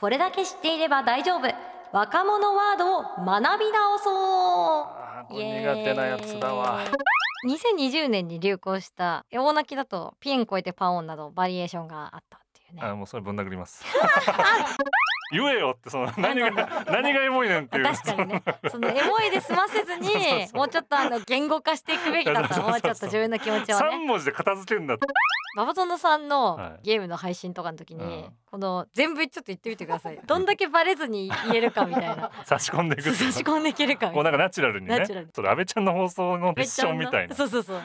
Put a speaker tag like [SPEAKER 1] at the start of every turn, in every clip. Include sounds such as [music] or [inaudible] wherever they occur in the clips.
[SPEAKER 1] これだけ知っていれば大丈夫若者ワードを学び直そう
[SPEAKER 2] あーこ
[SPEAKER 1] イエ
[SPEAKER 2] れ
[SPEAKER 1] ー
[SPEAKER 2] 苦
[SPEAKER 1] イ
[SPEAKER 2] 手なやつだわ。
[SPEAKER 1] 2020年に流行した大泣きだとピン超えてパオンなどバリエーションがあったっていうね
[SPEAKER 2] あーもうそれぶん殴ります。 [laughs] 言えよってその何が何がエモいねんっていう。
[SPEAKER 1] 確かに
[SPEAKER 2] [laughs]
[SPEAKER 1] ねそのエモいで済ませずに
[SPEAKER 2] そうそうそう
[SPEAKER 1] もうちょっとあの言語化していくべきだったのもうちょっと自分の気持ちをね
[SPEAKER 2] 三文字で片付けるんだって。
[SPEAKER 1] ババゾノさんの
[SPEAKER 2] はい
[SPEAKER 1] ゲームの配信とかの時に、
[SPEAKER 2] うん
[SPEAKER 1] この全部ちょっと言ってみてくださいどんだけバレずに言えるかみ
[SPEAKER 2] [laughs]
[SPEAKER 1] たいな
[SPEAKER 2] 差し込んでいく
[SPEAKER 1] 差
[SPEAKER 2] っていう
[SPEAKER 1] し込んでいけるかみ
[SPEAKER 2] もう
[SPEAKER 1] た
[SPEAKER 2] ないんかナチュラルにね
[SPEAKER 1] ナチュラル
[SPEAKER 2] それ安倍ちゃんの放送のミッションみたいな
[SPEAKER 1] そうそうそう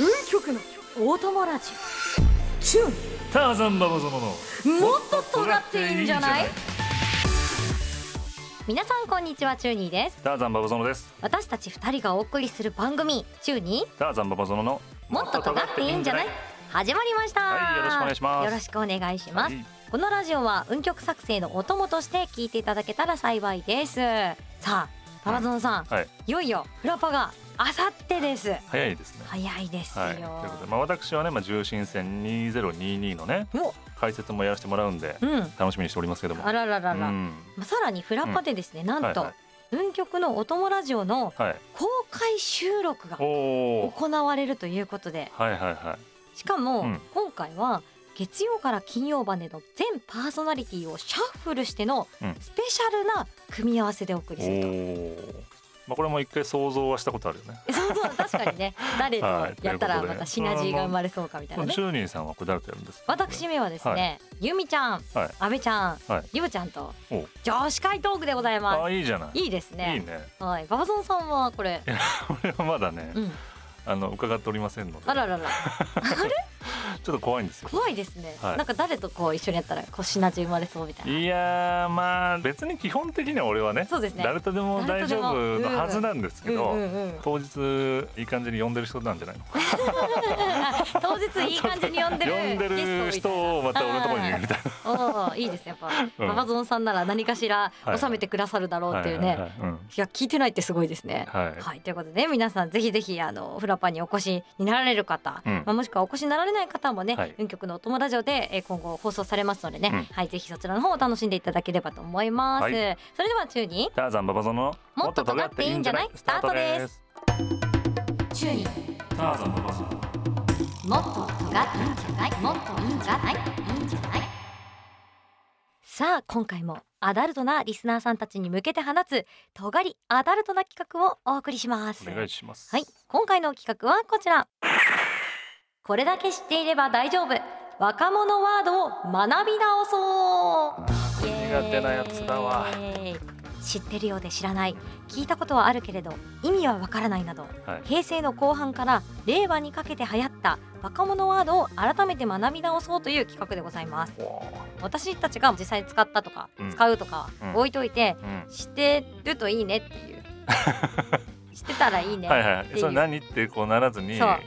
[SPEAKER 1] 運極の大友ラジ
[SPEAKER 3] チューン
[SPEAKER 2] ターザンババゾノの
[SPEAKER 1] オもっと尖っていいんじゃない皆さんこんにちはチューニーです
[SPEAKER 2] ターザンババゾノです
[SPEAKER 1] 私たち二人がお送りする番組チューニー
[SPEAKER 2] ターザンババゾノの
[SPEAKER 1] もっと尖っていいんじゃない始まりました、
[SPEAKER 2] はいよろしくお願いします
[SPEAKER 1] よろしくお願いします、
[SPEAKER 2] はい
[SPEAKER 1] このラジオは運極作成のお供として聞いていただけたら幸いですさあパラゾンさん、
[SPEAKER 2] はい
[SPEAKER 1] い、よいよフラパがあさってです
[SPEAKER 2] 早いですね
[SPEAKER 1] 早いですよ、
[SPEAKER 2] はいということでまあ私はねまあ重心線2022のね
[SPEAKER 1] も
[SPEAKER 2] 解説もやらせてもらうんで
[SPEAKER 1] ううん
[SPEAKER 2] 楽しみにしておりますけども
[SPEAKER 1] あらららら、
[SPEAKER 2] う
[SPEAKER 1] ま
[SPEAKER 2] ん
[SPEAKER 1] あさらにフラパでですね、なんと、
[SPEAKER 2] はい
[SPEAKER 1] 運極のお供ラジオの
[SPEAKER 2] はいはい
[SPEAKER 1] 公開収録が
[SPEAKER 2] おお
[SPEAKER 1] 行われるということで
[SPEAKER 2] はいはいはい
[SPEAKER 1] しかも、
[SPEAKER 2] うん
[SPEAKER 1] 今回は月曜から金曜までの全パーソナリティをシャッフルしての
[SPEAKER 2] うん
[SPEAKER 1] スペシャルな組み合わせでお送り
[SPEAKER 2] お
[SPEAKER 1] すると、
[SPEAKER 2] ーまあこれも一回想像はしたことあるよね
[SPEAKER 1] そうそう確かにね誰とやったら
[SPEAKER 2] はいということ
[SPEAKER 1] ま
[SPEAKER 2] で
[SPEAKER 1] たシナジーが生まれそうかみたい
[SPEAKER 2] こ
[SPEAKER 1] な
[SPEAKER 2] の
[SPEAKER 1] ね
[SPEAKER 2] チューニーさんはこれ誰とやるんですか
[SPEAKER 1] 私めはですね、ゆみちゃん、
[SPEAKER 2] はい
[SPEAKER 1] あべちゃん、
[SPEAKER 2] はい
[SPEAKER 1] りぼちゃんと
[SPEAKER 2] お
[SPEAKER 1] 女子会トークでござい
[SPEAKER 2] あ
[SPEAKER 1] ま
[SPEAKER 2] あいいじゃない
[SPEAKER 1] すいいですね
[SPEAKER 2] いいね
[SPEAKER 1] はいババゾンさんはこれ
[SPEAKER 2] これはまだね
[SPEAKER 1] うん
[SPEAKER 2] あの伺っておりませんので
[SPEAKER 1] あららら
[SPEAKER 2] ちょっと怖いんですよ
[SPEAKER 1] 怖いですね、
[SPEAKER 2] はい
[SPEAKER 1] なんか誰とこう一緒にやったらこうシナジー生まれそうみたいない
[SPEAKER 2] やーまあ別に基本的には俺はね
[SPEAKER 1] そうですね
[SPEAKER 2] 誰とでも大丈夫のはずなんですけど、
[SPEAKER 1] うんうんうん
[SPEAKER 2] 当日いい感じに呼んでる人なんじゃないの
[SPEAKER 1] あ当日いい感じに呼んでる
[SPEAKER 2] 呼んでる
[SPEAKER 1] ゲストみたいな
[SPEAKER 2] 人をまた俺のところに呼びたい
[SPEAKER 1] おーいいですねやっぱ、
[SPEAKER 2] うん
[SPEAKER 1] ママゾンさんなら何かしら収めてくださるだろうっていうね、い
[SPEAKER 2] はいはいはいうん
[SPEAKER 1] や聞いてないってすごいですね。
[SPEAKER 2] はい
[SPEAKER 1] はいということで皆さんぜひぜひあのフラパにお越しになられる方、
[SPEAKER 2] うん
[SPEAKER 1] まあ、もしくはお越しになられない方もね、
[SPEAKER 2] はい
[SPEAKER 1] 運極のお友ラジオでえー今後放送されますのでね、
[SPEAKER 2] うん
[SPEAKER 1] はいぜひそちらの方を楽しんでいただければと思います。
[SPEAKER 2] はい
[SPEAKER 1] それでは中に
[SPEAKER 2] ターザンババゾノの
[SPEAKER 1] もっと尖っていいんじゃないスタートです中に
[SPEAKER 2] ターザンババゾノ
[SPEAKER 1] もっと尖っていいんじゃないもっといいんじゃないいいんじゃないさあ今回もアダルトなリスナーさんたちに向けて放つ尖りアダルトな企画をお送りします
[SPEAKER 2] お願いします
[SPEAKER 1] はい今回の企画はこちらこれだけ知っていれば大丈夫若者ワードを学び直そうイエーイ
[SPEAKER 2] 苦手なやつだわ
[SPEAKER 1] 知ってるようで知らない聞いたことはあるけれど意味はわからないなど
[SPEAKER 2] はい
[SPEAKER 1] 平成の後半から令和にかけて流行った若者ワードを改めて学び直そうという企画でございます
[SPEAKER 2] お
[SPEAKER 1] 私たちが実際使ったとか、
[SPEAKER 2] うん
[SPEAKER 1] 使うとか
[SPEAKER 2] うん
[SPEAKER 1] 置いといて、
[SPEAKER 2] ーうん
[SPEAKER 1] 知ってるといいねっていう
[SPEAKER 2] [laughs]
[SPEAKER 1] 知ってたらいいね、
[SPEAKER 2] はいはい
[SPEAKER 1] ていう
[SPEAKER 2] それ何ってこうならずに
[SPEAKER 1] そう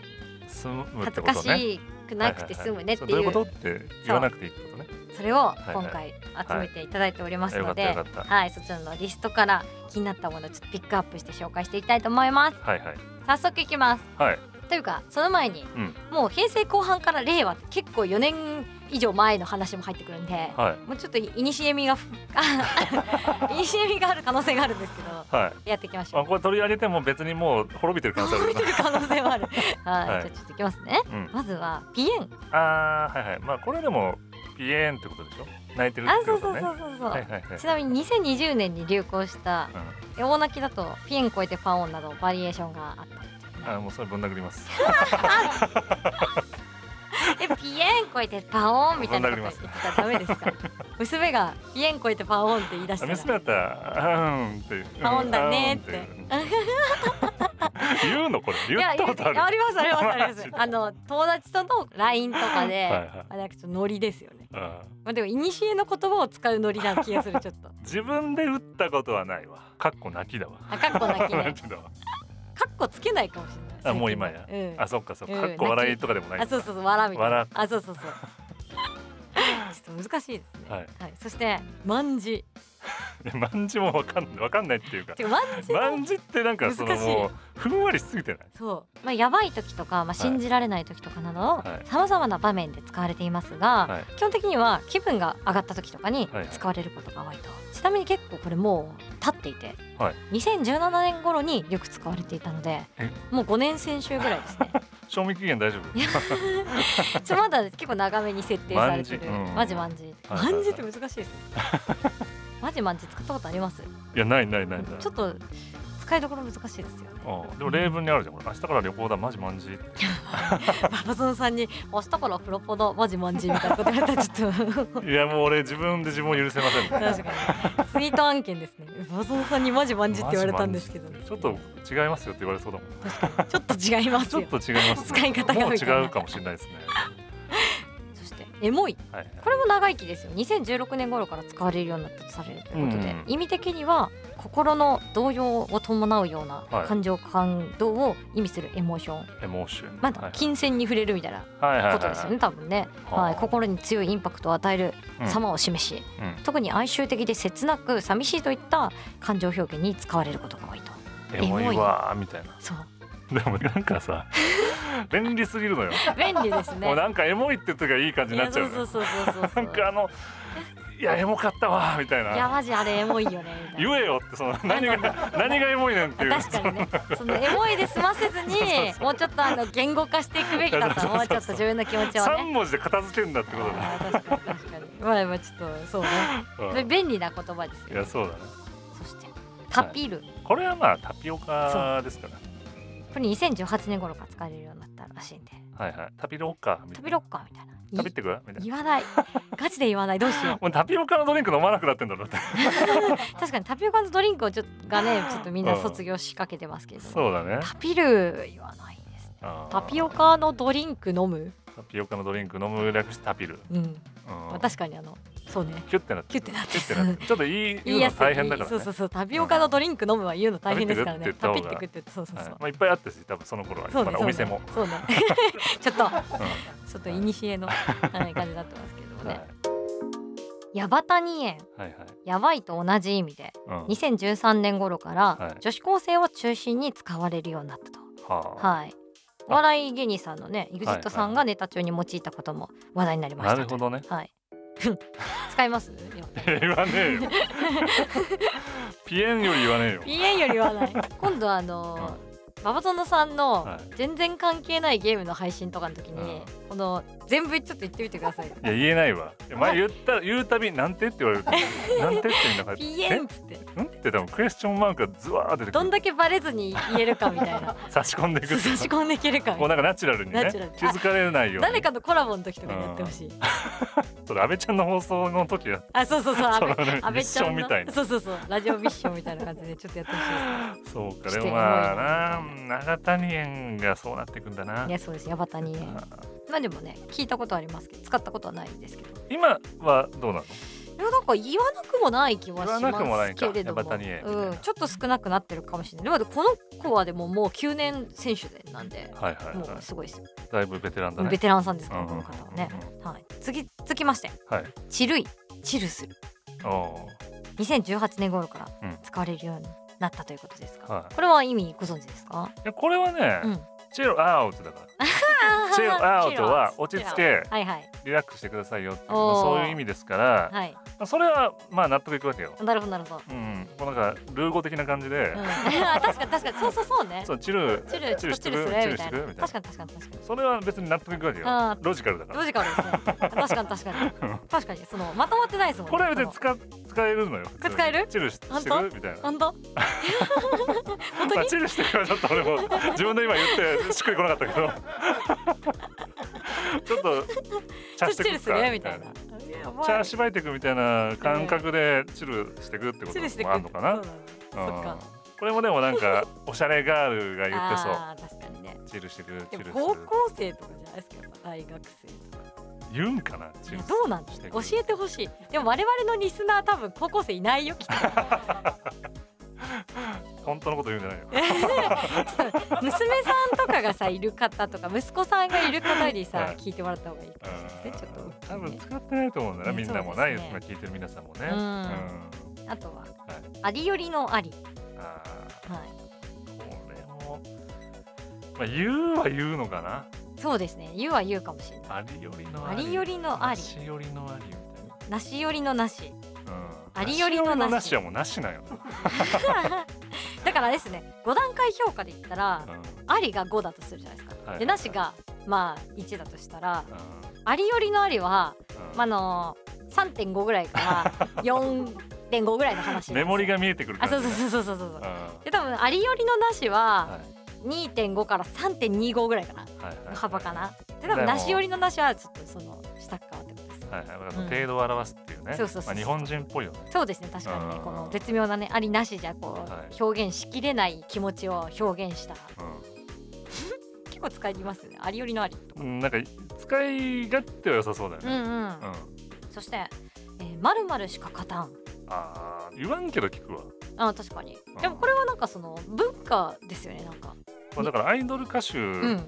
[SPEAKER 2] 済むっ
[SPEAKER 1] 恥
[SPEAKER 2] て
[SPEAKER 1] ず
[SPEAKER 2] こ
[SPEAKER 1] か
[SPEAKER 2] とね
[SPEAKER 1] しくなくて済むねって
[SPEAKER 2] はははそどう
[SPEAKER 1] いう
[SPEAKER 2] いうことって言わなくていいってことね
[SPEAKER 1] それを
[SPEAKER 2] いはい
[SPEAKER 1] 今回集めていただいておりますので、
[SPEAKER 2] は
[SPEAKER 1] はいい
[SPEAKER 2] よかったよかっ
[SPEAKER 1] そちらのリストから気になったものをちょっとピックアップして紹介していきたいと思います
[SPEAKER 2] はいはい
[SPEAKER 1] 早速いきます
[SPEAKER 2] はい
[SPEAKER 1] というかその前に、
[SPEAKER 2] うん
[SPEAKER 1] もう平成後半から令和って結構4年以上前の話も入ってくるんで
[SPEAKER 2] はい
[SPEAKER 1] もうちょっといにしえみがふいにしえみがあ [laughs] る可能性があるんですけど
[SPEAKER 2] はい
[SPEAKER 1] やっていきましょ
[SPEAKER 2] あ
[SPEAKER 1] う
[SPEAKER 2] これ取り上げても別にもう滅びてる可能性ある
[SPEAKER 1] 見てる [laughs] 可能性もあるはい、
[SPEAKER 2] はい
[SPEAKER 1] じゃあちょっといきますね
[SPEAKER 2] うん、
[SPEAKER 1] まずはピエン
[SPEAKER 2] あーはいはいまあこれでもピエーンってことでしょ泣いてる
[SPEAKER 1] あ
[SPEAKER 2] って
[SPEAKER 1] そう
[SPEAKER 2] こ
[SPEAKER 1] そう
[SPEAKER 2] とね
[SPEAKER 1] そうそうそう、
[SPEAKER 2] はいはいはい
[SPEAKER 1] ちなみに2020年に流行した大泣きだとピエン超えてパンオンなどバリエーションがあった
[SPEAKER 2] うん、あーもうそれぶん殴ります
[SPEAKER 1] えピエン超えてパオンみたいなこと言ってたらダメです
[SPEAKER 2] [laughs]
[SPEAKER 1] か娘がピエン超えてパオンって言い出したら
[SPEAKER 2] 娘だったら「うん」っていう
[SPEAKER 1] パオンだねっ
[SPEAKER 2] う
[SPEAKER 1] て
[SPEAKER 2] んうんって [laughs] 言うのこれ言ったことあ
[SPEAKER 1] いやいやあ
[SPEAKER 2] る
[SPEAKER 1] りますありますありま
[SPEAKER 2] [laughs] マ
[SPEAKER 1] す
[SPEAKER 2] ジで
[SPEAKER 1] あの友達との LINE とかで
[SPEAKER 2] はいはい
[SPEAKER 1] あなんかちょっとノリですよね
[SPEAKER 2] うん
[SPEAKER 1] まあでも古の言葉を使うノリな気がするちょっと
[SPEAKER 2] 自分で打ったことはないわかっこ泣きだわ
[SPEAKER 1] あかっこなきね
[SPEAKER 2] [laughs] 泣きだわ
[SPEAKER 1] かっこつけないかもしれない
[SPEAKER 2] あもう今や
[SPEAKER 1] 最近はうん
[SPEAKER 2] あそっかそっか
[SPEAKER 1] うん
[SPEAKER 2] かっこ笑いとかでもない
[SPEAKER 1] あそうそうそう笑うみたい
[SPEAKER 2] 笑
[SPEAKER 1] な
[SPEAKER 2] う
[SPEAKER 1] あそうそう [laughs] そうちょっと難しいですね
[SPEAKER 2] はい
[SPEAKER 1] はい、そして「まんじ」
[SPEAKER 2] やまんじもわかんわかんないっていうか
[SPEAKER 1] てかまんじ
[SPEAKER 2] [laughs] まんじってなんかその
[SPEAKER 1] 難しい
[SPEAKER 2] もうふんわりしすぎてない
[SPEAKER 1] そう、まあ、やばい時とか、まあ、信じられない時とかなど
[SPEAKER 2] はい
[SPEAKER 1] さまざまな場面で使われていますが、
[SPEAKER 2] はい
[SPEAKER 1] 基本的には気分が上がった時とかに
[SPEAKER 2] はい
[SPEAKER 1] 使われることが多いと、ちなみに結構これもう経っていて、
[SPEAKER 2] はい
[SPEAKER 1] 2017年頃によく使われていたので
[SPEAKER 2] え
[SPEAKER 1] もう5年先週ぐらいですね
[SPEAKER 2] 賞味期限大丈
[SPEAKER 1] いやちょまだ結構長めに設定されてる
[SPEAKER 2] まんじうん
[SPEAKER 1] マジマンジ
[SPEAKER 2] はい
[SPEAKER 1] マ
[SPEAKER 2] はいはい
[SPEAKER 1] ンジって難しいですねマジマンジ使ったことあります
[SPEAKER 2] 夫いやないないないない
[SPEAKER 1] ちょっと使いどころ難しいですよね
[SPEAKER 2] うんでも例文にあるじゃんこれ明日から旅行だマジま
[SPEAKER 1] [laughs]
[SPEAKER 2] んじ
[SPEAKER 1] ババゾンさんに明日からプロポだマジマンジみたいなこと言われたら
[SPEAKER 2] [laughs]
[SPEAKER 1] ちょっと
[SPEAKER 2] いやもう俺自分で自分を許せませんね
[SPEAKER 1] 確かにツイート案件ですねババゾンさんにマジマンジって言われたんですけど
[SPEAKER 2] マジマンジってちょっと違いますよって言われそうだもん
[SPEAKER 1] ちょっと違います
[SPEAKER 2] ちょ
[SPEAKER 1] よ
[SPEAKER 2] っと違います
[SPEAKER 1] 使い方が
[SPEAKER 2] もう
[SPEAKER 1] みたいな
[SPEAKER 2] 違うかもしれないですね
[SPEAKER 1] そしてエモい
[SPEAKER 2] はいはい
[SPEAKER 1] これも長生きですよ2016年頃から使われるようになったとされるということで、
[SPEAKER 2] うん
[SPEAKER 1] 意味的には心の動揺を伴うような
[SPEAKER 2] はい
[SPEAKER 1] 感情感動を意味するエモーション、
[SPEAKER 2] エモーション
[SPEAKER 1] まだ金銭に触れるみたいな
[SPEAKER 2] はいはいはい
[SPEAKER 1] ことですよね多分ね、
[SPEAKER 2] は
[SPEAKER 1] はいい、心に強いインパクトを与える
[SPEAKER 2] うん
[SPEAKER 1] 様を示し、
[SPEAKER 2] うん
[SPEAKER 1] 特に哀愁的で切なく寂しいといった感情表現に使われることが多いと
[SPEAKER 2] エモいわーみたいな
[SPEAKER 1] そう
[SPEAKER 2] でもなん
[SPEAKER 1] [laughs]
[SPEAKER 2] かさ [laughs] 便利すぎるのよ
[SPEAKER 1] 便利ですね
[SPEAKER 2] もうなんかエモいって時はいい感じ
[SPEAKER 1] い
[SPEAKER 2] にな
[SPEAKER 1] や
[SPEAKER 2] っちゃ
[SPEAKER 1] そうう
[SPEAKER 2] の
[SPEAKER 1] そ
[SPEAKER 2] よ
[SPEAKER 1] うそうそうそうそ
[SPEAKER 2] な
[SPEAKER 1] うん
[SPEAKER 2] かあのいやエモかったわーみたい
[SPEAKER 1] いや
[SPEAKER 2] な
[SPEAKER 1] マジあれエモいよねみたい
[SPEAKER 2] 言
[SPEAKER 1] な
[SPEAKER 2] えよってその何が
[SPEAKER 1] [laughs]
[SPEAKER 2] 何がエモいねんっていう
[SPEAKER 1] 確かにねそのエモいで済ませ
[SPEAKER 2] [laughs]
[SPEAKER 1] ずにもうちょっとあの言語化していくべきだった
[SPEAKER 2] そうそうそうそう
[SPEAKER 1] もうちょっと自分の気持ちを
[SPEAKER 2] 三
[SPEAKER 1] ね
[SPEAKER 2] 文字で片付けんだってことだね
[SPEAKER 1] あー確かに確かにまあまあちょっとそうね
[SPEAKER 2] うん
[SPEAKER 1] で便利な言葉です
[SPEAKER 2] い
[SPEAKER 1] よ
[SPEAKER 2] やそうだね
[SPEAKER 1] そしてタピル
[SPEAKER 2] これはまあタピオカですから
[SPEAKER 1] これ2018年頃から使われるようになったらしいんで
[SPEAKER 2] はいはいタピロッカみ
[SPEAKER 1] タ
[SPEAKER 2] たい
[SPEAKER 1] ピ
[SPEAKER 2] な
[SPEAKER 1] ロッカーみたいない
[SPEAKER 2] 食べてくみたいな
[SPEAKER 1] 言わないガチで言わ
[SPEAKER 2] [laughs]
[SPEAKER 1] ないどうしよう
[SPEAKER 2] もうタピオカのドリンク飲まなくなってんだろうって
[SPEAKER 1] 確かにタピオカのドリンクをちょっとがねちょっとみんな卒業しかけてますけれども、
[SPEAKER 2] そうだね
[SPEAKER 1] タピル言わないですね
[SPEAKER 2] あー
[SPEAKER 1] タピオカのドリンク飲む
[SPEAKER 2] タピオカのドリンク飲む略してタピル、
[SPEAKER 1] うん、
[SPEAKER 2] うん
[SPEAKER 1] まあ、確かにあのそうね
[SPEAKER 2] キュッてなって
[SPEAKER 1] キュッてなって
[SPEAKER 2] キュッてなってちょっと言
[SPEAKER 1] [laughs]
[SPEAKER 2] い言うの大変だからね
[SPEAKER 1] そうそうそうタピオカのドリンク飲むは言うの大変ですからね
[SPEAKER 2] 食べてる
[SPEAKER 1] タピ
[SPEAKER 2] って言った方
[SPEAKER 1] って
[SPEAKER 2] が
[SPEAKER 1] 食ってそうそう
[SPEAKER 2] はい
[SPEAKER 1] そう
[SPEAKER 2] まあいっぱいあったし多分その頃は
[SPEAKER 1] そう
[SPEAKER 2] ま
[SPEAKER 1] ね
[SPEAKER 2] だお店も
[SPEAKER 1] そうねそうねちょっとちょっといにしえの、はい、感じになってますけども
[SPEAKER 2] うんはい
[SPEAKER 1] ねヤバタニエン
[SPEAKER 2] はい
[SPEAKER 1] やばいと同じ意味で
[SPEAKER 2] はいうん
[SPEAKER 1] 2013年頃から、
[SPEAKER 2] はい
[SPEAKER 1] 女子高生を中心に使われるようになったと
[SPEAKER 2] は
[SPEAKER 1] はい。お笑い芸人さんのね、エグジットさんがネタ中に用いたことも話題になり
[SPEAKER 2] あ
[SPEAKER 1] ました
[SPEAKER 2] な
[SPEAKER 1] と。
[SPEAKER 2] るほどね [laughs]
[SPEAKER 1] はい。使います。
[SPEAKER 2] 言わねえよピエンより言わねえよ
[SPEAKER 1] PN よりは
[SPEAKER 2] [laughs]
[SPEAKER 1] ない。今度あのー、ババゾノさんの
[SPEAKER 2] はい
[SPEAKER 1] 全然関係ないゲームの配信とかの時に、この全部ちょっと言ってみてください。
[SPEAKER 2] いや言えないわいや前言ったら言うたびなんてって言われるなんてってみんな感じ
[SPEAKER 1] PN っつって
[SPEAKER 2] んって多分クエスチョンマークがズワーって出て
[SPEAKER 1] ど
[SPEAKER 2] く
[SPEAKER 1] ん
[SPEAKER 2] る
[SPEAKER 1] だけバレずに言えるかみたい
[SPEAKER 2] [laughs]
[SPEAKER 1] な
[SPEAKER 2] 差し込んでい
[SPEAKER 1] 差
[SPEAKER 2] くっていうか
[SPEAKER 1] し込んでいけるかみ
[SPEAKER 2] もう
[SPEAKER 1] た
[SPEAKER 2] ないんかナチュラルにね
[SPEAKER 1] ナチュラルに
[SPEAKER 2] 気づかれないように
[SPEAKER 1] な誰かのコラボの時とかにやってほしい
[SPEAKER 2] それ安倍ちゃんの放送の時だ
[SPEAKER 1] あそうそう
[SPEAKER 2] [laughs]
[SPEAKER 1] そう
[SPEAKER 2] そう
[SPEAKER 1] 安
[SPEAKER 2] だね
[SPEAKER 1] 倍安倍ちゃん
[SPEAKER 2] ミッションみたい
[SPEAKER 1] の
[SPEAKER 2] な
[SPEAKER 1] そうそうそうラジオミッションみたいな感じでちょっとやってほしいです
[SPEAKER 2] [laughs] そうか
[SPEAKER 1] して
[SPEAKER 2] でもま
[SPEAKER 1] エモい
[SPEAKER 2] あな永谷園がそうなってくんだない
[SPEAKER 1] やそうですヤバタに
[SPEAKER 2] あ
[SPEAKER 1] まあでもね聞いたことありますけど使ったことはないんですけどい
[SPEAKER 2] 今はどうなの
[SPEAKER 1] やなんか言わなくもない気はし
[SPEAKER 2] 言わなくも
[SPEAKER 1] ま
[SPEAKER 2] な
[SPEAKER 1] す
[SPEAKER 2] いか
[SPEAKER 1] けれども
[SPEAKER 2] ヤバタニエみたいな
[SPEAKER 1] うん、ちょっと少なくなってるかもしれないでもこの子はでももう9年選手でなんで
[SPEAKER 2] はいはい
[SPEAKER 1] も
[SPEAKER 2] は
[SPEAKER 1] うすごいですよ、
[SPEAKER 2] いだいぶベテランだ
[SPEAKER 1] ベ
[SPEAKER 2] ね
[SPEAKER 1] テランさんですから
[SPEAKER 2] うん
[SPEAKER 1] こ
[SPEAKER 2] うんうん
[SPEAKER 1] の
[SPEAKER 2] うん
[SPEAKER 1] 方はね、はい、次続きまして
[SPEAKER 2] はい
[SPEAKER 1] 「チルい」「チルする
[SPEAKER 2] おお」
[SPEAKER 1] 2018年頃か
[SPEAKER 2] うん
[SPEAKER 1] ら使われるようになったということですが、
[SPEAKER 2] はい
[SPEAKER 1] これは意味ご存知ですか、
[SPEAKER 2] いやこれはね、
[SPEAKER 1] うん、
[SPEAKER 2] チェロアウトだから
[SPEAKER 1] [laughs]
[SPEAKER 2] チェロアウトは落ち着け
[SPEAKER 1] はいはい
[SPEAKER 2] リラックスしてくださいよっていう
[SPEAKER 1] おー
[SPEAKER 2] そういう意味ですから、
[SPEAKER 1] はい
[SPEAKER 2] それはまあ納得いくわけよ
[SPEAKER 1] なるほどなるほど、
[SPEAKER 2] うんこうなんかルー語的な感じで、
[SPEAKER 1] うん、 [laughs] あ確かに確かにそうそうそうね
[SPEAKER 2] そうチル
[SPEAKER 1] チルち
[SPEAKER 2] チ
[SPEAKER 1] ょっ
[SPEAKER 2] ル
[SPEAKER 1] と
[SPEAKER 2] し
[SPEAKER 1] チ
[SPEAKER 2] て
[SPEAKER 1] ル
[SPEAKER 2] く
[SPEAKER 1] す
[SPEAKER 2] チ
[SPEAKER 1] る
[SPEAKER 2] ル
[SPEAKER 1] み
[SPEAKER 2] したて
[SPEAKER 1] い
[SPEAKER 2] く
[SPEAKER 1] な
[SPEAKER 2] みたい
[SPEAKER 1] 確
[SPEAKER 2] な
[SPEAKER 1] かに確かに確かに
[SPEAKER 2] それは別に納得いくわけ
[SPEAKER 1] あ
[SPEAKER 2] よ
[SPEAKER 1] ー
[SPEAKER 2] ロジカルだから
[SPEAKER 1] ロジカルですね確かに確かに確かにそのまとまってないですもんね
[SPEAKER 2] これは別
[SPEAKER 1] そ
[SPEAKER 2] に
[SPEAKER 1] の
[SPEAKER 2] 使使えるのよ普通に
[SPEAKER 1] 使える
[SPEAKER 2] チルして
[SPEAKER 1] 本当
[SPEAKER 2] るみたいな
[SPEAKER 1] 本当本当
[SPEAKER 2] まあ
[SPEAKER 1] に
[SPEAKER 2] チルしてるからちょっと
[SPEAKER 1] [laughs]
[SPEAKER 2] 俺も自分で今言ってしっくりこなかったけど [laughs] ちょっと
[SPEAKER 1] ちょ
[SPEAKER 2] チ
[SPEAKER 1] っ
[SPEAKER 2] ャ
[SPEAKER 1] と
[SPEAKER 2] して
[SPEAKER 1] チ
[SPEAKER 2] く
[SPEAKER 1] ル
[SPEAKER 2] っ
[SPEAKER 1] す
[SPEAKER 2] か
[SPEAKER 1] るみたいなやばい
[SPEAKER 2] チャしばいていくみたいな感覚でチルしてくってこ
[SPEAKER 1] チルして
[SPEAKER 2] と
[SPEAKER 1] く
[SPEAKER 2] もあるのかな
[SPEAKER 1] そうだねそっ
[SPEAKER 2] うん
[SPEAKER 1] か
[SPEAKER 2] これもでもなんかおしゃれガールが言ってそう
[SPEAKER 1] あー確かにね
[SPEAKER 2] チルしてく
[SPEAKER 1] で
[SPEAKER 2] チ
[SPEAKER 1] も
[SPEAKER 2] ルする
[SPEAKER 1] 高校生とかじゃないですかやっぱ大学生
[SPEAKER 2] 言うんかなチ
[SPEAKER 1] い
[SPEAKER 2] ル
[SPEAKER 1] やどうなんです
[SPEAKER 2] し
[SPEAKER 1] か
[SPEAKER 2] て
[SPEAKER 1] 教
[SPEAKER 2] く
[SPEAKER 1] えてほしいでも我々のリスナー多分高校生いないよきっと
[SPEAKER 2] [laughs] 本当のこと言うんじゃないよ
[SPEAKER 1] 娘さんとかがさいる方とか息子さんがいる方にさ
[SPEAKER 2] はい
[SPEAKER 1] 聞いてもらった方がいいかもしれないですねちょっと大きい
[SPEAKER 2] 多
[SPEAKER 1] ね
[SPEAKER 2] 分使ってないと思うんだよ
[SPEAKER 1] ね
[SPEAKER 2] ねみんなも
[SPEAKER 1] そう
[SPEAKER 2] な
[SPEAKER 1] で
[SPEAKER 2] い
[SPEAKER 1] すね
[SPEAKER 2] 今聞いてる皆さんもね
[SPEAKER 1] うん
[SPEAKER 2] うん
[SPEAKER 1] あとは、ありよりのあり。
[SPEAKER 2] あー
[SPEAKER 1] はい。
[SPEAKER 2] これも、まあ、言うは言うのかな
[SPEAKER 1] そうですね。言うは言うかもしれない。
[SPEAKER 2] ありよりのあ
[SPEAKER 1] あ
[SPEAKER 2] り
[SPEAKER 1] りよりのあり
[SPEAKER 2] なしよりのありみ
[SPEAKER 1] なしよりのな
[SPEAKER 2] [laughs]
[SPEAKER 1] し。
[SPEAKER 2] たいな、うん、
[SPEAKER 1] ありよりのなし
[SPEAKER 2] なしはもうなしなんよ、
[SPEAKER 1] だからですね、5段階評価で言ったら
[SPEAKER 2] う、んうん
[SPEAKER 1] ありが5だとするじゃないです
[SPEAKER 2] はいはいは
[SPEAKER 1] か。
[SPEAKER 2] い
[SPEAKER 1] で、なしが、まあ、1だとしたら、ありよりのありは、まああのー、3.5ぐらい
[SPEAKER 2] [laughs]
[SPEAKER 1] から4.5ぐらいの話。
[SPEAKER 2] メモリ。が見えてくる
[SPEAKER 1] あ、
[SPEAKER 2] 感じ
[SPEAKER 1] そうそうそうそうそうそう。
[SPEAKER 2] う
[SPEAKER 1] で、多分、ありよりのなしは、
[SPEAKER 2] ん
[SPEAKER 1] 2.5から3.25ぐらいかな。
[SPEAKER 2] はいはいはい
[SPEAKER 1] の幅かな。で、
[SPEAKER 2] で
[SPEAKER 1] 多
[SPEAKER 2] も
[SPEAKER 1] 分、なしよりのなしは、ちょっとその、下っ側ってことです。
[SPEAKER 2] はいはいだからその程度を表すっていうね、
[SPEAKER 1] そうそうそうそう
[SPEAKER 2] まあ、日本人っぽいよね
[SPEAKER 1] そうですね確かにね
[SPEAKER 2] うん
[SPEAKER 1] この絶妙なねありなしじゃこ
[SPEAKER 2] はいう
[SPEAKER 1] 表現しきれない気持ちを表現した
[SPEAKER 2] う
[SPEAKER 1] 結構使いますねありよりのありと
[SPEAKER 2] んうん、なんか使い勝手は良さそうだよ
[SPEAKER 1] うんう
[SPEAKER 2] ね、
[SPEAKER 1] ん、
[SPEAKER 2] うん
[SPEAKER 1] そしてまるまるしか勝たん
[SPEAKER 2] あー言わんけど聞くわ、
[SPEAKER 1] あ確かに
[SPEAKER 2] うん
[SPEAKER 1] でもこれはなんかその文化ですよねなんか
[SPEAKER 2] まあ、だからアイドル歌手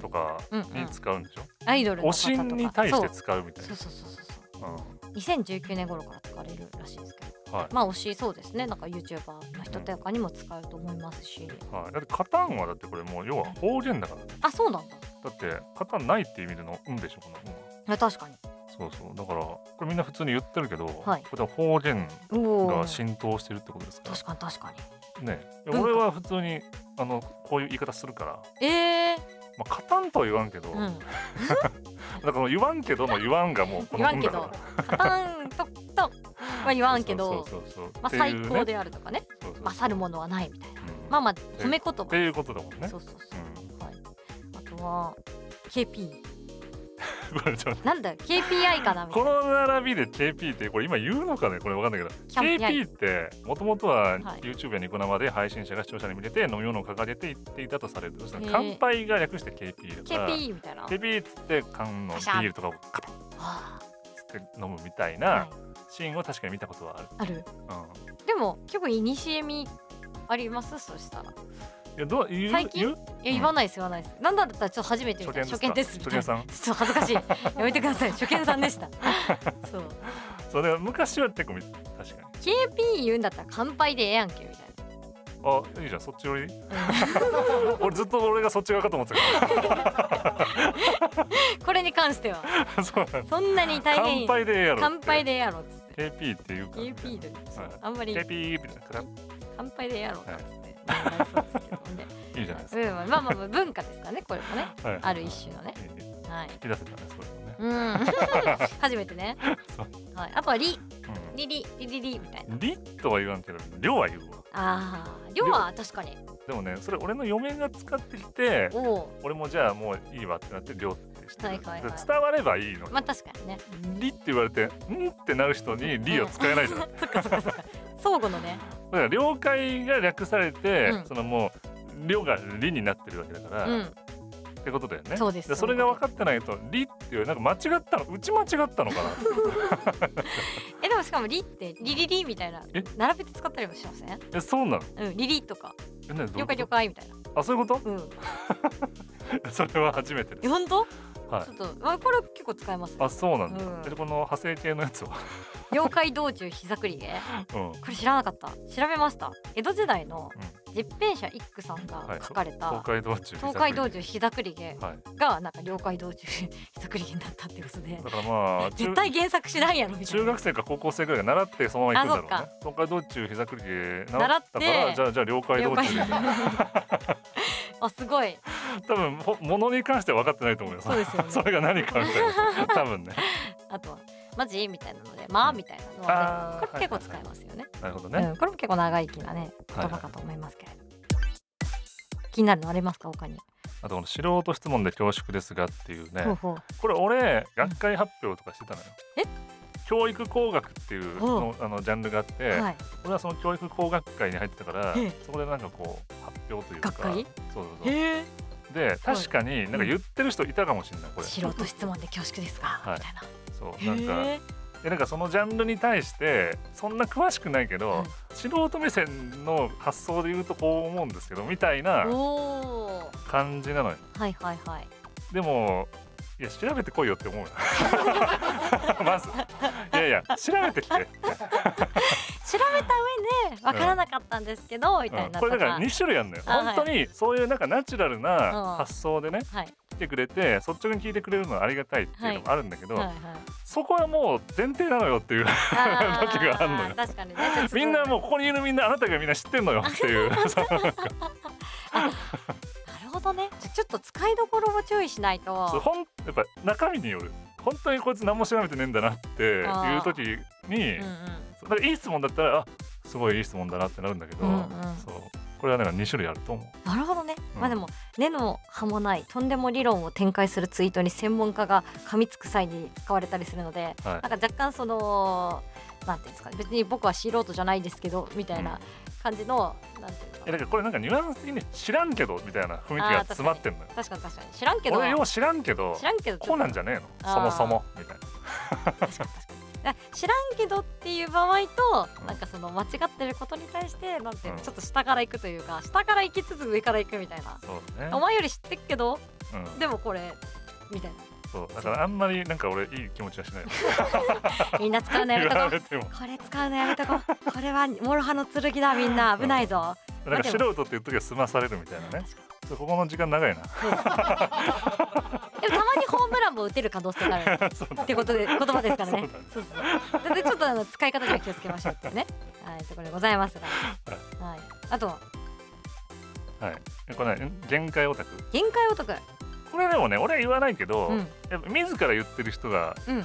[SPEAKER 2] とかに使うんでしょ、
[SPEAKER 1] アイドルの
[SPEAKER 2] お
[SPEAKER 1] 方
[SPEAKER 2] し
[SPEAKER 1] と
[SPEAKER 2] ん
[SPEAKER 1] か
[SPEAKER 2] に対して使うみたい
[SPEAKER 1] そうそうそうそうそうそう
[SPEAKER 2] な、うん
[SPEAKER 1] 2019年頃から使われるらしいですけど
[SPEAKER 2] はい
[SPEAKER 1] まあ推しそうですねなんか YouTuber の人とかにも使うと思いますし、
[SPEAKER 2] はい、だってカタンはだってこれもう要は方言だからね
[SPEAKER 1] あそうなんだ
[SPEAKER 2] だってカタンないって意味での「うん」でしょこの「うん
[SPEAKER 1] あ確かに」
[SPEAKER 2] そうそうだからこれみんな普通に言ってるけど、
[SPEAKER 1] はい
[SPEAKER 2] これは方言
[SPEAKER 1] おお
[SPEAKER 2] が
[SPEAKER 1] 確
[SPEAKER 2] 浸透してるってことですから
[SPEAKER 1] かに確か
[SPEAKER 2] ねい
[SPEAKER 1] 文
[SPEAKER 2] や
[SPEAKER 1] 化
[SPEAKER 2] 俺は普通にあのこういう言い方するから、
[SPEAKER 1] にえ
[SPEAKER 2] まあ、カタンとは言わんけど、
[SPEAKER 1] ー、う
[SPEAKER 2] だか
[SPEAKER 1] ん
[SPEAKER 2] らこの言わんけどの言わんがもうこ
[SPEAKER 1] 言
[SPEAKER 2] の
[SPEAKER 1] わ
[SPEAKER 2] 「うんん」
[SPEAKER 1] け
[SPEAKER 2] だ
[SPEAKER 1] どカ
[SPEAKER 2] から
[SPEAKER 1] タンととは言わんけど
[SPEAKER 2] そうそうそうそう
[SPEAKER 1] まあ
[SPEAKER 2] ってい
[SPEAKER 1] 最
[SPEAKER 2] うね
[SPEAKER 1] 高であるとかね
[SPEAKER 2] そうそうそう
[SPEAKER 1] 勝るものはないみたいな
[SPEAKER 2] うん
[SPEAKER 1] まあ
[SPEAKER 2] っ
[SPEAKER 1] まあ褒め言葉
[SPEAKER 2] ていうことだもんね
[SPEAKER 1] そうそうそう、はい、あとは KP
[SPEAKER 2] これちょっと
[SPEAKER 1] なんだ KPI かなみたい
[SPEAKER 2] [laughs] こ
[SPEAKER 1] な
[SPEAKER 2] の並びで KP ってこれ今言うのかねこれわかんないけど
[SPEAKER 1] キャンピ
[SPEAKER 2] KP ってもともとは
[SPEAKER 1] はい
[SPEAKER 2] YouTube やニコ生で配信者が視聴者に見れて飲み物を掲げていっていたとされるその
[SPEAKER 1] へー
[SPEAKER 2] 乾杯が略して KP だから
[SPEAKER 1] KP みたいな
[SPEAKER 2] KP っつって缶のビールとかをカパッ
[SPEAKER 1] あ
[SPEAKER 2] つって飲むみたい
[SPEAKER 1] あ、
[SPEAKER 2] な
[SPEAKER 1] はい、
[SPEAKER 2] シーンを確かに見たことはある、
[SPEAKER 1] ある
[SPEAKER 2] う
[SPEAKER 1] でも結構いにしえみありますそしたらい
[SPEAKER 2] ん、いやどう言う
[SPEAKER 1] 最近
[SPEAKER 2] 言う
[SPEAKER 1] や言わないです言わないです、なんだったらちょっと初めてみたいな初
[SPEAKER 2] 初
[SPEAKER 1] 見
[SPEAKER 2] 見
[SPEAKER 1] で
[SPEAKER 2] ですす
[SPEAKER 1] み
[SPEAKER 2] か
[SPEAKER 1] たいなちょ
[SPEAKER 2] 初
[SPEAKER 1] っ [laughs] と恥ずかしいやめてください初見さんで
[SPEAKER 2] [laughs]
[SPEAKER 1] したそう
[SPEAKER 2] それは昔は結構見てた確かに
[SPEAKER 1] KP 言うんだったら乾杯でええやんけみたいな
[SPEAKER 2] あいいじゃんそっち寄り俺ずっと俺がそっち側かと思ってたけ
[SPEAKER 1] これに関しては
[SPEAKER 2] ど [laughs] そうなんだ
[SPEAKER 1] そんなに大変
[SPEAKER 2] 乾杯でええやろ
[SPEAKER 1] 乾杯
[SPEAKER 2] で
[SPEAKER 1] でええやろっつって
[SPEAKER 2] KP っていうかみたい
[SPEAKER 1] KP
[SPEAKER 2] な
[SPEAKER 1] で
[SPEAKER 2] はい
[SPEAKER 1] あんまり
[SPEAKER 2] KP みたいな
[SPEAKER 1] 乾杯でええやろっつって
[SPEAKER 2] はい
[SPEAKER 1] 言われそうですけどね
[SPEAKER 2] いいじゃないです
[SPEAKER 1] うんまあまあまあ文化ですからねこれもね
[SPEAKER 2] か、はい
[SPEAKER 1] ある一種のね
[SPEAKER 2] いいね
[SPEAKER 1] はい
[SPEAKER 2] 引き出せたねそれもね
[SPEAKER 1] うん [laughs] 初めてね
[SPEAKER 2] そう
[SPEAKER 1] はいあとはリリリリリリみたい
[SPEAKER 2] う
[SPEAKER 1] な
[SPEAKER 2] んりとは言わんけどりょうは言うわ
[SPEAKER 1] あー量は確かに
[SPEAKER 2] でもねそれ俺の嫁が使ってきて
[SPEAKER 1] おお
[SPEAKER 2] 俺もじゃあもういいわってなってりょうってしてる、
[SPEAKER 1] はいはいはい
[SPEAKER 2] で伝わればいいの
[SPEAKER 1] まあ確かにね
[SPEAKER 2] りって言われてんってなる人にりは使えないじ
[SPEAKER 1] [laughs]
[SPEAKER 2] ゃない、
[SPEAKER 1] そっかそっかそっか相互のね
[SPEAKER 2] だから了解が略されて、
[SPEAKER 1] うん
[SPEAKER 2] そのもうりょうがりになってるわけだから、
[SPEAKER 1] う
[SPEAKER 2] っ
[SPEAKER 1] ん
[SPEAKER 2] てことだよね
[SPEAKER 1] そうです
[SPEAKER 2] それが分かってないとりっていうなんか間違ったのうち間違ったのかな
[SPEAKER 1] [laughs] えでもしかもリってリリリみたいな
[SPEAKER 2] え
[SPEAKER 1] 並べて使ったりもしません
[SPEAKER 2] えそうなの
[SPEAKER 1] うんリリとか
[SPEAKER 2] えねどうい
[SPEAKER 1] 了
[SPEAKER 2] うこ
[SPEAKER 1] 解
[SPEAKER 2] と
[SPEAKER 1] 了解みたいな
[SPEAKER 2] あそういうこと
[SPEAKER 1] うん
[SPEAKER 2] [laughs] それは初めてで
[SPEAKER 1] え
[SPEAKER 2] す。
[SPEAKER 1] 本当
[SPEAKER 2] は
[SPEAKER 1] ちょ
[SPEAKER 2] い。
[SPEAKER 1] っとあこれ結構使えます
[SPEAKER 2] あ、そうなんだ。
[SPEAKER 1] うん
[SPEAKER 2] でこの派生系のや
[SPEAKER 1] [laughs]
[SPEAKER 2] つは、
[SPEAKER 1] 妖怪道中膝栗毛
[SPEAKER 2] うん、
[SPEAKER 1] これ知らなかった調べました江戸時代の実編者一九さんが書かれた、
[SPEAKER 2] 東海道中。
[SPEAKER 1] 東海道中膝栗毛
[SPEAKER 2] はい。
[SPEAKER 1] がなんか妖怪道中膝栗毛になったってことで
[SPEAKER 2] だからまあ中
[SPEAKER 1] 絶対原作知らんやろみたい
[SPEAKER 2] 中
[SPEAKER 1] な
[SPEAKER 2] 学生か高校生ぐらいが習ってそのまま行くんだ
[SPEAKER 1] あ
[SPEAKER 2] ろうね。東海道中膝くりで
[SPEAKER 1] 習
[SPEAKER 2] 習
[SPEAKER 1] っ
[SPEAKER 2] ってたからじゃあじゃあ了解道中
[SPEAKER 1] 了
[SPEAKER 2] で。
[SPEAKER 1] [laughs] あすごい
[SPEAKER 2] 多分ほものに関しては分かってないと思います。
[SPEAKER 1] そうですよね
[SPEAKER 2] それが [laughs] 何かみた
[SPEAKER 1] [laughs]
[SPEAKER 2] いな。多分ね。
[SPEAKER 1] あとはマジみたいなのでまあみたいなのはね
[SPEAKER 2] あー
[SPEAKER 1] これ結構使えますよね、
[SPEAKER 2] なるほどね。
[SPEAKER 1] うん、これも結構長生きなね言葉かと思いますけれど、気になるのありますか他に、
[SPEAKER 2] あとこの素人質問で恐縮ですがっていう
[SPEAKER 1] ほう
[SPEAKER 2] ね。
[SPEAKER 1] ほう
[SPEAKER 2] これ俺学会発表とかしてたのよ。
[SPEAKER 1] え？
[SPEAKER 2] 教育工学っていう
[SPEAKER 1] お
[SPEAKER 2] のあのジャンルがあって。
[SPEAKER 1] はい
[SPEAKER 2] 俺はその教育工学会に入ってたから、
[SPEAKER 1] ええ
[SPEAKER 2] そこでなんかこう発表というか
[SPEAKER 1] 学会
[SPEAKER 2] そうそうそう
[SPEAKER 1] へえ
[SPEAKER 2] で確かになんか言ってる人いたかもしれないこれ
[SPEAKER 1] 素人質問で恐縮ですが、
[SPEAKER 2] はい
[SPEAKER 1] みたいな
[SPEAKER 2] そうなんか
[SPEAKER 1] へ
[SPEAKER 2] でなんかそのジャンルに対してそんな詳しくないけど、
[SPEAKER 1] うん
[SPEAKER 2] 素人目線の発想で言うとこう思うんですけどみたい
[SPEAKER 1] ー
[SPEAKER 2] な
[SPEAKER 1] おー
[SPEAKER 2] 感じなのよ
[SPEAKER 1] はいはいはい
[SPEAKER 2] でもいや調べてこいよって
[SPEAKER 1] [laughs]
[SPEAKER 2] 思うよまずいやいや調べてきて
[SPEAKER 1] 調調べた上で分からなかったんですけど、みたいな
[SPEAKER 2] ことれだから
[SPEAKER 1] か、
[SPEAKER 2] 2種類あるのよ
[SPEAKER 1] あはい
[SPEAKER 2] 本当にそういうなんかナチュラル
[SPEAKER 1] うん
[SPEAKER 2] な発想でね
[SPEAKER 1] はい
[SPEAKER 2] 来てくれて率直に聞いてくれるのはありがたいっていうのもあるんだけど、
[SPEAKER 1] はいはい
[SPEAKER 2] そこはもう前提なのよっていう
[SPEAKER 1] あー
[SPEAKER 2] [laughs] 時があんのよ
[SPEAKER 1] 確かにねちょっと
[SPEAKER 2] みんなもうここにいるみんなあなたがみんな知ってんのよっていう
[SPEAKER 1] [laughs]
[SPEAKER 2] そう
[SPEAKER 1] なるほどねじゃあちょっと使いどころも注意しないと
[SPEAKER 2] そうほんやっぱ中身による本当にこいつ何も調べてねえんだなっていう時に、
[SPEAKER 1] うんうん
[SPEAKER 2] そうだからいい質問だったらあすごいいい質問だなってなるんだけど、
[SPEAKER 1] うんうん
[SPEAKER 2] そうこれはなんか2種類あると思う。
[SPEAKER 1] なるほどね、
[SPEAKER 2] うん
[SPEAKER 1] まあでも根の葉もないとんでも理論を展開するツイートに専門家が噛みつく際に使われたりするので、
[SPEAKER 2] はい
[SPEAKER 1] なんか若干そのなんていうんですかね別に僕は素人じゃないですけどみたいな感じの、なんていうのか
[SPEAKER 2] えだ
[SPEAKER 1] な
[SPEAKER 2] からこれなんかニュアンス的に知らんけどみたいな雰囲気が詰まってんのよ。
[SPEAKER 1] 確かに確かに知らんけど
[SPEAKER 2] 俺よう知らんけど
[SPEAKER 1] 知らんけどちょっと
[SPEAKER 2] こうなんじゃねえのそもそもみたいな。
[SPEAKER 1] 確かに確かにあ知らんけどっていう場合と、
[SPEAKER 2] うん
[SPEAKER 1] なんかその間違ってることに対してなんていうの、
[SPEAKER 2] うん
[SPEAKER 1] ちょっと下から行くというか下から行きつつ上から行くみたいな、
[SPEAKER 2] そうだ
[SPEAKER 1] お
[SPEAKER 2] ね。
[SPEAKER 1] 前より知ってっけど
[SPEAKER 2] うん
[SPEAKER 1] でもこれみたいな
[SPEAKER 2] そうだからあんまりなんか俺いい気持ちは
[SPEAKER 1] [laughs]
[SPEAKER 2] しないの
[SPEAKER 1] みんな使うのやめ
[SPEAKER 2] 言
[SPEAKER 1] とこ
[SPEAKER 2] わ
[SPEAKER 1] う
[SPEAKER 2] れても
[SPEAKER 1] これ使うのやめとこうこれはモロハの剣だみんな危ないぞ、
[SPEAKER 2] なんか素人って言う時は済まされるみたいなねちょここの時間長いな [laughs]
[SPEAKER 1] でもたまにホームランも打てる可能性があ
[SPEAKER 2] [laughs]
[SPEAKER 1] る
[SPEAKER 2] そう
[SPEAKER 1] ってことで言葉ですから
[SPEAKER 2] そ
[SPEAKER 1] ね
[SPEAKER 2] うだね
[SPEAKER 1] そうそうなのでちょっとあの使い方には気をつけましょうっていうねはいところでございますが、はい、あと
[SPEAKER 2] はいこれね限界オタク
[SPEAKER 1] 限界お得
[SPEAKER 2] これでもね俺は言わないけど、
[SPEAKER 1] うん
[SPEAKER 2] やっぱ自ら言ってる人が
[SPEAKER 1] うん
[SPEAKER 2] い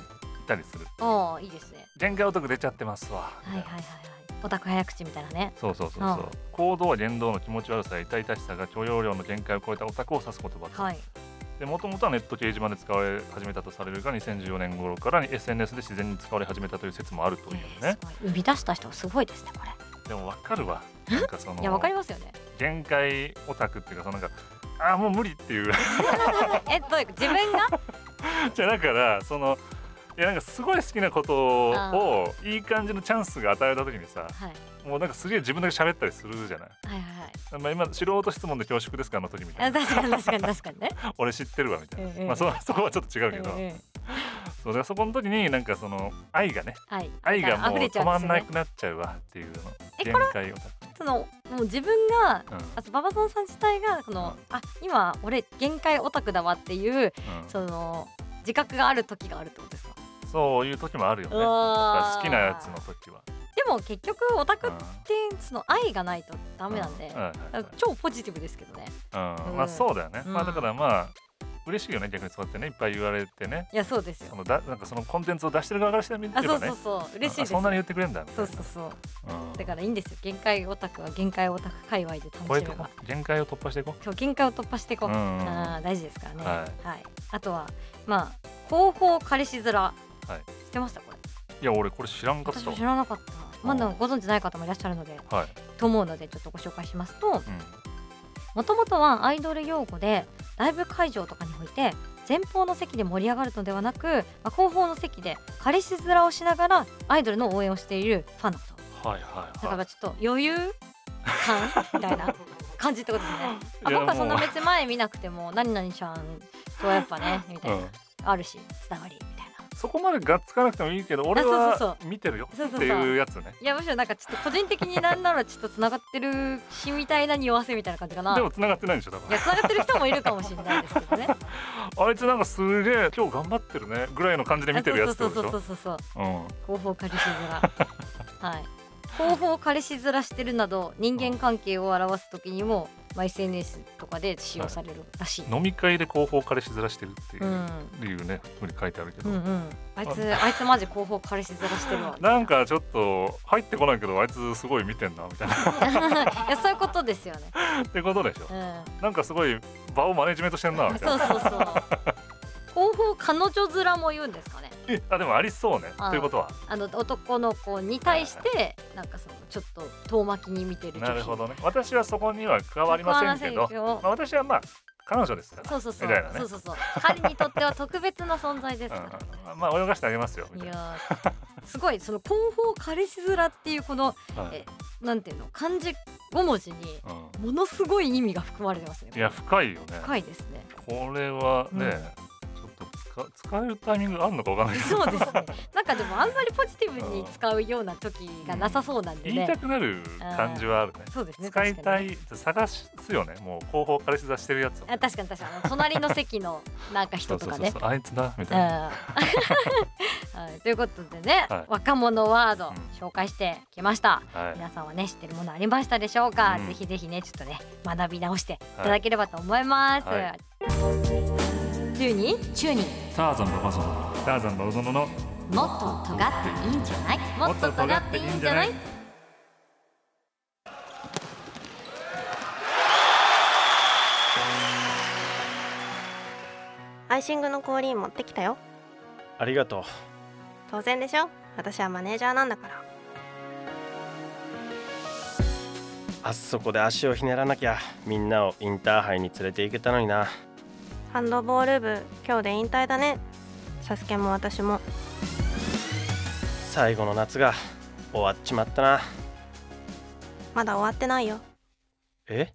[SPEAKER 2] たりする
[SPEAKER 1] おーいいですね
[SPEAKER 2] 限界オタク出ちゃってますわみ
[SPEAKER 1] はい
[SPEAKER 2] た
[SPEAKER 1] はいい
[SPEAKER 2] な
[SPEAKER 1] はいはいオタク早口みたいなね
[SPEAKER 2] そうそうそうそう、
[SPEAKER 1] うん
[SPEAKER 2] 行動は言動の気持ち悪さや痛々しさが許容量の限界を超えたオタクを指す言葉
[SPEAKER 1] はい
[SPEAKER 2] でもともとはネット掲示板で使われ始めたとされるが2014年頃からに SNS で自然に使われ始めたという説もあるという
[SPEAKER 1] えー
[SPEAKER 2] ね
[SPEAKER 1] す、ごい生み出した人すごいですねこれ
[SPEAKER 2] でもわかるわなんかその
[SPEAKER 1] いやわかりますよね
[SPEAKER 2] 限界オタクっていうかそのなんかあーもう無理っていう [laughs]
[SPEAKER 1] えどういうこと自分が
[SPEAKER 2] じゃあだからそのいやなんかすごい好きなことをいい感じのチャンスが与えた時にさ
[SPEAKER 1] はい
[SPEAKER 2] もうなんかすげえ自分だけ喋ったりするじゃない、
[SPEAKER 1] はいはいはい
[SPEAKER 2] まあ、今素人質問で恐縮ですかあの時みた
[SPEAKER 1] あ
[SPEAKER 2] いな
[SPEAKER 1] 確かに確かに確か
[SPEAKER 2] [laughs]
[SPEAKER 1] にね、
[SPEAKER 2] 俺知ってるわみたいな、
[SPEAKER 1] ええ
[SPEAKER 2] まあ、そ [laughs] そこはちょっと違う
[SPEAKER 1] う
[SPEAKER 2] け
[SPEAKER 1] ん
[SPEAKER 2] ど、
[SPEAKER 1] うん
[SPEAKER 2] そうだからそこの時になんかその愛がね
[SPEAKER 1] はい、
[SPEAKER 2] 愛がもう
[SPEAKER 1] 溢れちゃ
[SPEAKER 2] 止
[SPEAKER 1] う
[SPEAKER 2] ま
[SPEAKER 1] です
[SPEAKER 2] ん
[SPEAKER 1] よ
[SPEAKER 2] な
[SPEAKER 1] ね
[SPEAKER 2] くなっちゃうわっていうの
[SPEAKER 1] え
[SPEAKER 2] 限界を達
[SPEAKER 1] そのもう自分が
[SPEAKER 2] うん
[SPEAKER 1] あとババゾンさん自体がこの、あ今俺限界オタクだわっていう
[SPEAKER 2] うん
[SPEAKER 1] その自覚がある時があるってことですか、
[SPEAKER 2] そういう時もあるよね
[SPEAKER 1] うわー
[SPEAKER 2] 好きなやつの時は
[SPEAKER 1] でも結局オタク
[SPEAKER 2] う
[SPEAKER 1] っ
[SPEAKER 2] ん
[SPEAKER 1] てその愛がないとダメなんで、
[SPEAKER 2] うんうん
[SPEAKER 1] 超ポジティブですけどね
[SPEAKER 2] うん
[SPEAKER 1] うん
[SPEAKER 2] まあそうだよね
[SPEAKER 1] うん
[SPEAKER 2] まあだからまあ嬉しいよね逆にそうやってねいっぱい言われてね
[SPEAKER 1] いやそうですよ
[SPEAKER 2] そのだなんかそのコンテンツを出してる側からしてみれば
[SPEAKER 1] あ
[SPEAKER 2] ね
[SPEAKER 1] そうそうそう嬉しい
[SPEAKER 2] あ
[SPEAKER 1] です
[SPEAKER 2] そんなに言ってくれるんだみた
[SPEAKER 1] そ
[SPEAKER 2] いうな
[SPEAKER 1] そうそう
[SPEAKER 2] うん
[SPEAKER 1] だからいいんですよ限界オタクは限界オタク界隈で
[SPEAKER 2] こ
[SPEAKER 1] 楽
[SPEAKER 2] うい
[SPEAKER 1] しめ
[SPEAKER 2] うとこ
[SPEAKER 1] ば
[SPEAKER 2] 限界を突破していこ
[SPEAKER 1] 今日限界を突破していこう、
[SPEAKER 2] うんうんうん
[SPEAKER 1] あー大事ですからねは、
[SPEAKER 2] はい
[SPEAKER 1] あとはまあ広報彼氏面、知
[SPEAKER 2] い
[SPEAKER 1] ってましたこれ
[SPEAKER 2] ういや俺これ知らんかっ
[SPEAKER 1] 私
[SPEAKER 2] た
[SPEAKER 1] も
[SPEAKER 2] わ
[SPEAKER 1] 知らなかったまだご存知ない方もいらっしゃるので
[SPEAKER 2] はい
[SPEAKER 1] と思うのでちょっとご紹介しますと
[SPEAKER 2] うん
[SPEAKER 1] もともとはアイドル用語でライブ会場とかにおいて前方の席で盛り上がるのではなく、まあ、後方の席で彼氏面をしながらアイドルの応援をしているファンのこと
[SPEAKER 2] はいはい
[SPEAKER 1] だか
[SPEAKER 2] は
[SPEAKER 1] らちょっと余裕感みたいな感じってことですねあ
[SPEAKER 2] いや
[SPEAKER 1] 僕はそんな
[SPEAKER 2] もう
[SPEAKER 1] 別に前見なくても何々ちゃんとはやっぱねみた
[SPEAKER 2] い
[SPEAKER 1] いな、
[SPEAKER 2] うん
[SPEAKER 1] あるしつながりみたいな
[SPEAKER 2] そこまでがっつかなくてもいいけど俺
[SPEAKER 1] あそうそう
[SPEAKER 2] は見てるよ
[SPEAKER 1] そうそうそう
[SPEAKER 2] っていうやつね
[SPEAKER 1] いやむしろなんかちょっと個人的になんならちょっとつながってるしみたいな匂わせみたいな感じかな
[SPEAKER 2] でも繋がってないんでしょ多
[SPEAKER 1] いや
[SPEAKER 2] 分
[SPEAKER 1] つながってる人もいるかもしれないですけどね
[SPEAKER 2] あいつなんかすげえ今日頑張ってるねぐらいの感じで見てるやつって
[SPEAKER 1] そう
[SPEAKER 2] こと
[SPEAKER 1] そう
[SPEAKER 2] でし
[SPEAKER 1] そ
[SPEAKER 2] ょ
[SPEAKER 1] うそうそう
[SPEAKER 2] うん
[SPEAKER 1] 後方彼氏面はい後方彼氏面してるなど人間関係を表す時にも、まあ、SNS とかで使用されるらしい、
[SPEAKER 2] 飲み会で広報彼氏ずらしてるっていううん理由ね普通に書いてあるけ
[SPEAKER 1] う
[SPEAKER 2] ど
[SPEAKER 1] んうん、あいつあいつマジ後方彼氏面してるわ
[SPEAKER 2] [laughs] なんかちょっと入ってこないけどあいつすごい見てんなみ
[SPEAKER 1] [laughs]
[SPEAKER 2] たいな
[SPEAKER 1] いやそういうことですよね。
[SPEAKER 2] ってことでしょ
[SPEAKER 1] うん。
[SPEAKER 2] なんかすごい場をマネジメントしてんなみたい
[SPEAKER 1] そう
[SPEAKER 2] な
[SPEAKER 1] そうそう。後方彼女面も言うんですかね。
[SPEAKER 2] えあでもありそうね
[SPEAKER 1] あ
[SPEAKER 2] ということは
[SPEAKER 1] あの男の子に対してなんかそのちょっと遠巻きに見てる女子。
[SPEAKER 2] なるほどね私はそこには関わりませんけど
[SPEAKER 1] 変わら
[SPEAKER 2] まあ私はまあ彼女ですから
[SPEAKER 1] そうそうそう。
[SPEAKER 2] みたいなね
[SPEAKER 1] そうそうそう。彼にとっては特別な存在ですから。
[SPEAKER 2] うんまあ泳がしてあげますよみ
[SPEAKER 1] い
[SPEAKER 2] たいな
[SPEAKER 1] やーすごいその後方彼氏面っていうこの
[SPEAKER 2] はい
[SPEAKER 1] えなんていうの漢字5文字に
[SPEAKER 2] うん
[SPEAKER 1] ものすごい意味が含まれてますね。
[SPEAKER 2] いや深いよね
[SPEAKER 1] 深いですね。
[SPEAKER 2] これはね、ちょっと使使えるタイミングあるのかわかんないけど
[SPEAKER 1] そうですね。なんかでもあんまりポジティブに使うような時がなさそうなんで
[SPEAKER 2] 言いた
[SPEAKER 1] ね。
[SPEAKER 2] くなる感じはあるね
[SPEAKER 1] そうですね。
[SPEAKER 2] 使い
[SPEAKER 1] 確か
[SPEAKER 2] た
[SPEAKER 1] にね。
[SPEAKER 2] い探すよねもう後方から出座してるやつを
[SPEAKER 1] あ確かに確かにあの隣の席のなんか
[SPEAKER 2] そ
[SPEAKER 1] 人
[SPEAKER 2] う
[SPEAKER 1] と
[SPEAKER 2] そう
[SPEAKER 1] か
[SPEAKER 2] そう
[SPEAKER 1] ね
[SPEAKER 2] そ。うあいつだみ
[SPEAKER 1] う
[SPEAKER 2] た
[SPEAKER 1] ん [laughs]
[SPEAKER 2] いな
[SPEAKER 1] はい、ということでね、
[SPEAKER 2] はい
[SPEAKER 1] 若者ワード
[SPEAKER 2] うん
[SPEAKER 1] 紹介してきました、
[SPEAKER 2] はい
[SPEAKER 1] 皆さんはね知ってるものありましたでしょうか、
[SPEAKER 2] うん
[SPEAKER 1] ぜひぜひねちょっとね学び直していただければと思います、
[SPEAKER 2] はいは
[SPEAKER 1] 中に中に
[SPEAKER 2] ターザンババゾノターザンババゾノ
[SPEAKER 1] も
[SPEAKER 2] の
[SPEAKER 1] っと尖っていいんじゃないもっと尖っていいんじゃない
[SPEAKER 3] アイシングの氷持ってきたよ
[SPEAKER 4] ありがとう
[SPEAKER 3] 当然でしょ私はマネージャーなんだから
[SPEAKER 4] あそこで足をひねらなきゃみんなをインターハイに連れて行けたのにな
[SPEAKER 3] ハンドボール部今日で引退だねサスケも私も
[SPEAKER 4] 最後の夏が終わっちまったな
[SPEAKER 3] まだ終わってないよ
[SPEAKER 4] え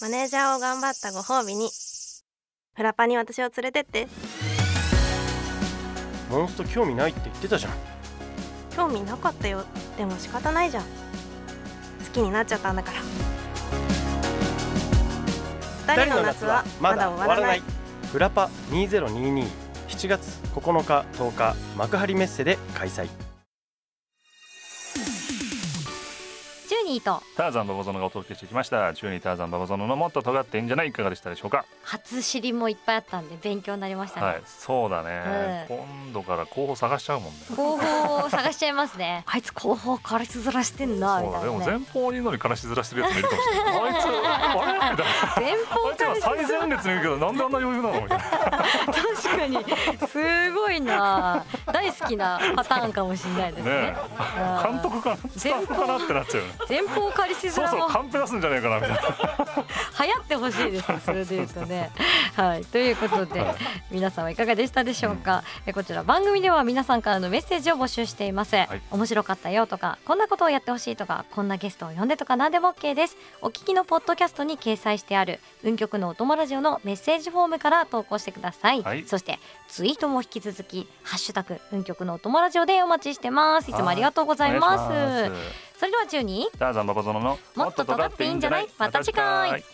[SPEAKER 3] マネージャーを頑張ったご褒美にフラパに私を連れてって
[SPEAKER 4] モンスト興味ないって言ってたじゃん
[SPEAKER 3] 興味なかったよでも仕方ないじゃん好きになっちゃったんだから二人の夏はまだ終わらない
[SPEAKER 4] フラパ20227月9日10日幕張メッセで開催
[SPEAKER 1] チューニーと
[SPEAKER 2] ターザンババゾノがお届けしてきました中にターザンババゾノのもっと尖っていいんじゃないいかがでしたでしょうか
[SPEAKER 1] 初知りもいっぱいあったんで勉強になりましたね、
[SPEAKER 2] はいそうだね今度から候補探しちゃうもんね
[SPEAKER 1] 後方を探しちゃいますね [laughs] あいつ後方からしずらしてんなみ
[SPEAKER 2] そう
[SPEAKER 1] た
[SPEAKER 2] だで
[SPEAKER 1] い
[SPEAKER 2] も
[SPEAKER 1] な
[SPEAKER 2] 前
[SPEAKER 1] ね
[SPEAKER 2] 方にいるのに悲しずらしてるやつもいるかもし
[SPEAKER 1] [laughs]
[SPEAKER 2] れないあいつあれみたいな
[SPEAKER 1] 前
[SPEAKER 2] あ
[SPEAKER 1] 方
[SPEAKER 2] いつ
[SPEAKER 1] から
[SPEAKER 2] は
[SPEAKER 1] し
[SPEAKER 2] 最前列にいるけどなんであんな余裕なのみたいな
[SPEAKER 1] 確かにすごいな大好きなパターンかもしれないですね
[SPEAKER 2] ねえ
[SPEAKER 1] うん
[SPEAKER 2] 監督かなスタッフかなってなっちゃうよね
[SPEAKER 1] 前方カリシズ
[SPEAKER 2] そろ
[SPEAKER 1] ラ
[SPEAKER 2] そろ
[SPEAKER 1] も流
[SPEAKER 2] カンペ出すんじゃないかなみたい
[SPEAKER 1] 行
[SPEAKER 2] な
[SPEAKER 1] ってほしいですねそれで言うとね。はい、ということで皆さんはいかがでしたでしょうか、えこちら番組では皆さんからのメッセージを募集しています、
[SPEAKER 2] い
[SPEAKER 1] 面白かったよとかこんなことをやってほしいとかこんなゲストを呼んでとか何でも OK ですお聞きのポッドキャストに掲載してある運極のお供ラジオのメッセージフォームから投稿してください、
[SPEAKER 2] はい
[SPEAKER 1] そしてツイートも引き続きハッシュタグ運極のお供ラジオでお待ちしてますいつもありがとうございます
[SPEAKER 2] お願いします
[SPEAKER 1] それでは中に
[SPEAKER 2] ターザンババゾノの
[SPEAKER 1] もっと尖っていいんじゃないまた次回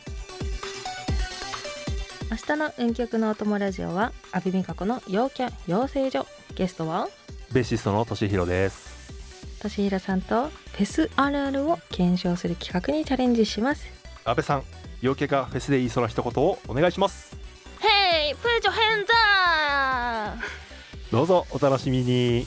[SPEAKER 5] 明日の運極のお供ラジオは阿部美香子の陽キャ養成所ゲストは
[SPEAKER 6] ベーシストのとしひろです。
[SPEAKER 5] 俊平さんとフェスあるあるを検証する企画にチャレンジします
[SPEAKER 6] 安倍さん、陽気がフェスで言いそうな一言をお願いします。
[SPEAKER 7] ヘイプーチョヘンザー
[SPEAKER 6] [laughs] どうぞお楽しみに。